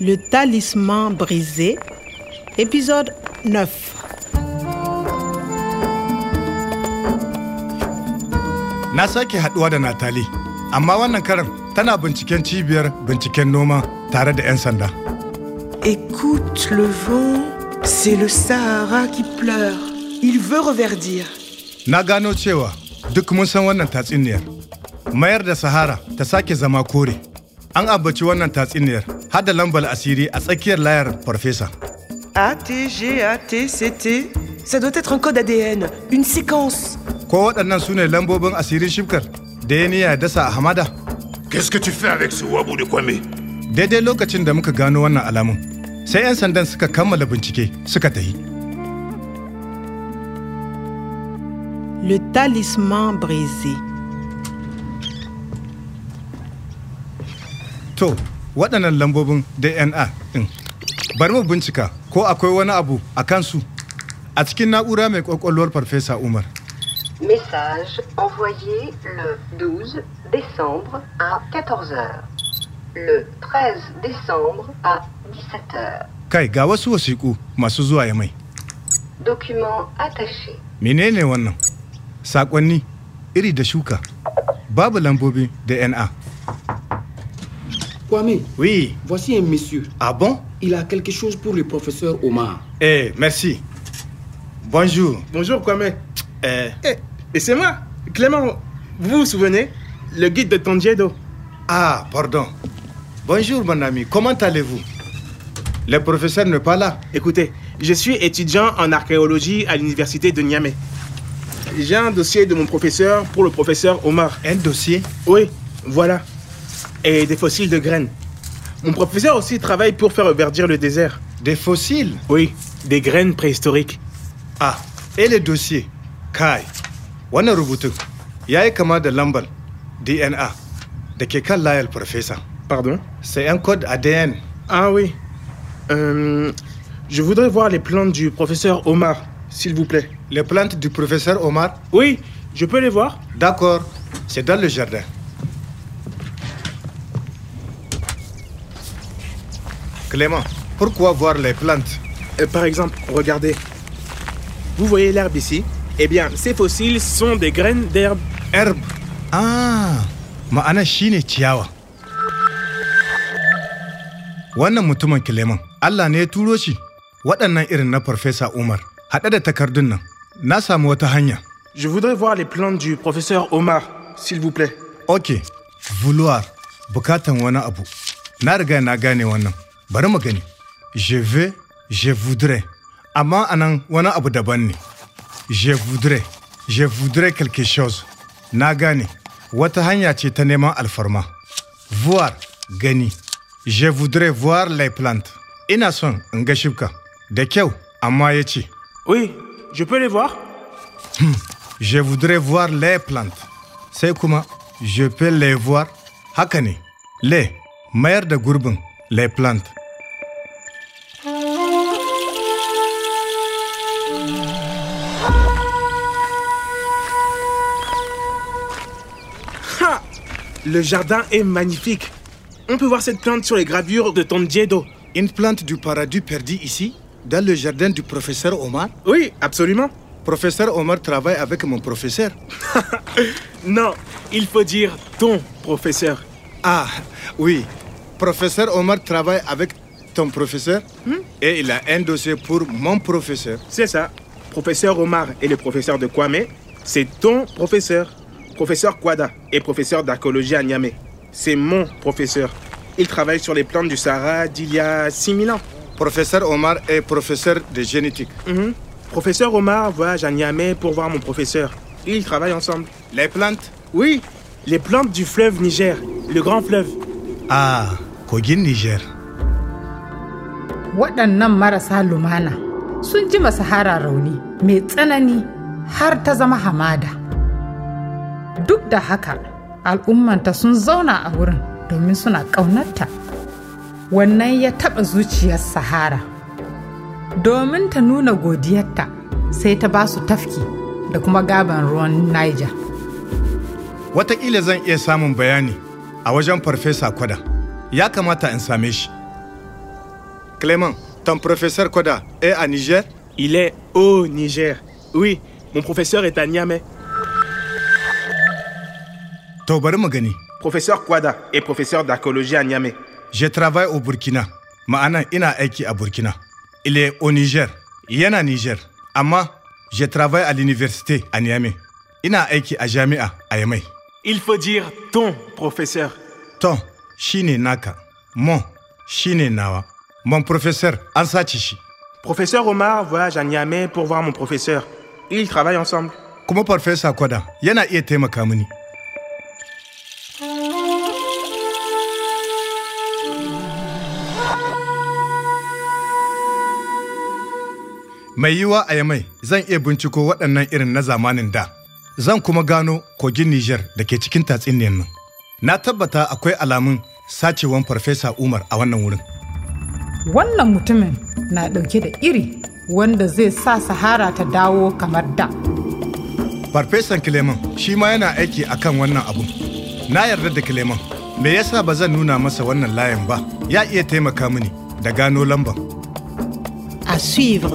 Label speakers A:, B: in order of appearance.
A: Le talisman brisé, épisode 9.
B: Na sake haduwa da Natali, amma wannan karan tana binciken cibiyar binciken noma tare da 'yan sanda.
C: Écoute le vent, c'est le Sahara qui pleure. Il veut reverdir.
B: Na gano cewa duk mun san wannan tatsuniyar. Mayar da Sahara ta sake zama kore. An ambaci wannan tatsuniyar har da lambar asiri a tsakiyar layar farfesa.
C: ATG, ATCT, ça doit être un code ADN, une séquence.
B: Ko waɗannan su ne lambobin asirin shifkar da ya niyya ya dasa a hamada.
D: Qu'est-ce que tu fais avec ce Wabu de Kwame
B: Daidai lokacin da muka gano wannan alamun, sai 'yan sandan suka kammala bincike suka tafi.
A: Le talisman brisé.
B: To, waɗannan lambobin DNA ɗin, bari mu bincika ko akwai wani abu a kansu a cikin na'ura mai ƙwaƙwalwar Farfesa Umar.
E: Message envoyé le 12 décembre à 14h. Le 13 décembre à 17h.
B: Kai ga wasu wasiƙu masu zuwa ya mai.
E: Document attaché.
B: Menene wannan? Saƙonni, iri da shuka, babu lambobi DNA.
F: Kwame,
B: Oui,
F: voici un monsieur.
B: ah bon?
F: Il a quelque chose pour le professeur Omar.
B: Eh, merci. Bonjour.
G: Bonjour Kwame.
B: Eh,
G: Eh, et c'est moi, Clément. Vous vous souvenez Le guide de Tondiedo.
B: ah, pardon. Bonjour, mon ami. Comment allez-vous? Le professeur n'est pas là.
G: Écoutez, je suis étudiant en archéologie à l'université de Niamey. J'ai un dossier de mon professeur pour le professeur Omar.
B: Un dossier?
G: Oui, voilà. Et des fossiles de graines. Mon professeur aussi travaille pour faire verdir le désert.
B: Des fossiles?
G: Oui, des graines préhistoriques.
B: Ah, et le dossier? Kai, wannan rubutun ya yi kama da lambar DNA da ke kan layar farfesa.
G: Pardon
B: C'est un code ADN.
G: Ah oui. Euh, je voudrais voir les plantes du professeur Omar, s'il vous plaît.
B: Les plantes du professeur Omar?
G: Oui, je peux les voir
B: D'accord, c'est dans le jardin. Clément, pourquoi voir les plantes
G: Euh, par exemple, regardez. Vous voyez l'herbe ici Eh bien, ces fossiles sont des graines d'herbe.
B: Herbe. Ah, ma'ana shine ciyawa. Wannan mutumin Clement, Allah ne ya turo shi. Waɗannan irin na Farfesa Umar, haɗe da takardun nan, na samu wata hanya.
G: Je voudrais voir les plantes du professeur Omar, s'il vous plaît.
B: Ok, vouloir, bukatan wani abu. Na riga na gane wannan, bari mu gani. Je veux, je voudrais. Amma anan wani abu daban ne. Je voudrais, je voudrais quelque chose. Na gane, wata hanya ce ta neman alfarma. Voir, gani. Je voudrais voir les plantes. Ina son in ga shibka. Da kyau, amma ya ce,
G: Oui, je peux les voir
B: Je voudrais voir les plantes. Sai kuma, je peux les voir. Haka ne, les, mayar da gurbin les plantes.
G: Ha Le jardin est magnifique. On peut voir cette plante sur les gravures de Tondiedo.
B: Une plante du paradis perdue ici, dans le jardin du professeur Omar.
G: Oui, absolument.
B: Professeur Omar travaille avec mon professeur.
G: Non, il faut dire ton professeur.
B: Ah, oui. Professeur Omar travaille avec ton professeur et il a un dossier pour mon professeur.
G: C'est ça. Professeur Omar et le professeur de Kwame, c'est ton professeur. Professeur Kwada est professeur d'archéologie à Niamey. C'est mon professeur. Il travaille sur les plantes du Sahara d'il y a 6000 ans.
B: Professeur Omar est professeur de génétique.
G: Mhm. Professeur Omar voyage à Niamey pour voir mon professeur. Ils travaillent ensemble.
B: Les plantes
G: Oui, les plantes du fleuve Niger, le grand fleuve.
B: Ah, Kogin Niger.
H: waɗannan marasa lumana sun ji masahara rauni mai tsanani har ta zama hamada duk da haka al'ummanta sun zauna a wurin domin suna ƙaunarta wannan ya taɓa zuciyar sahara domin ta nuna godiyarta sai ta ba su tafki da kuma gaban ruwan niger
B: Wataƙila zan iya samun bayani a wajen Farfesa Kwada. Ya kamata in same shi. Clément, ton professeur Koda est à Niger
G: Il est au Niger. Oui, mon professeur est à Niamey.
B: To bari mu gani.
G: Professeur Kwada est professeur d'archéologie à Niamey.
B: Je travaille au Burkina. Ma'ana ina aiki a Burkina. Il est au Niger. Yana Niger. Amma, je travaille à l'université à Niamey. Ina aiki a jami'a a Yamai.
G: Il faut dire ton professeur.
B: Ton shine naka. Mon shine nawa. Mon professeur an sace shi.
G: Professeur Omar voyage à Niamey pour voir mon professeur. Ils travaillent ensemble.
B: Kuma farfesa Koda yana iya taimaka mini. Mai yiwa a Yamai zan iya binciko waɗannan irin na zamanin da. Zan kuma gano kogin Nijar da ke cikin tatsuniyar nan. Na tabbata akwai alamun sacewan Farfesa Umar a wannan wurin.
H: wannan mutumin na ɗauke da iri wanda zai sa sahara ta dawo kamar da
B: Farfesan Kileman shi ma yana aiki akan wannan abun. Na yarda da Kileman. Me yasa ba zan nuna masa wannan layin ba? Ya iya taimaka mini da gano lambar.
A: À suivre.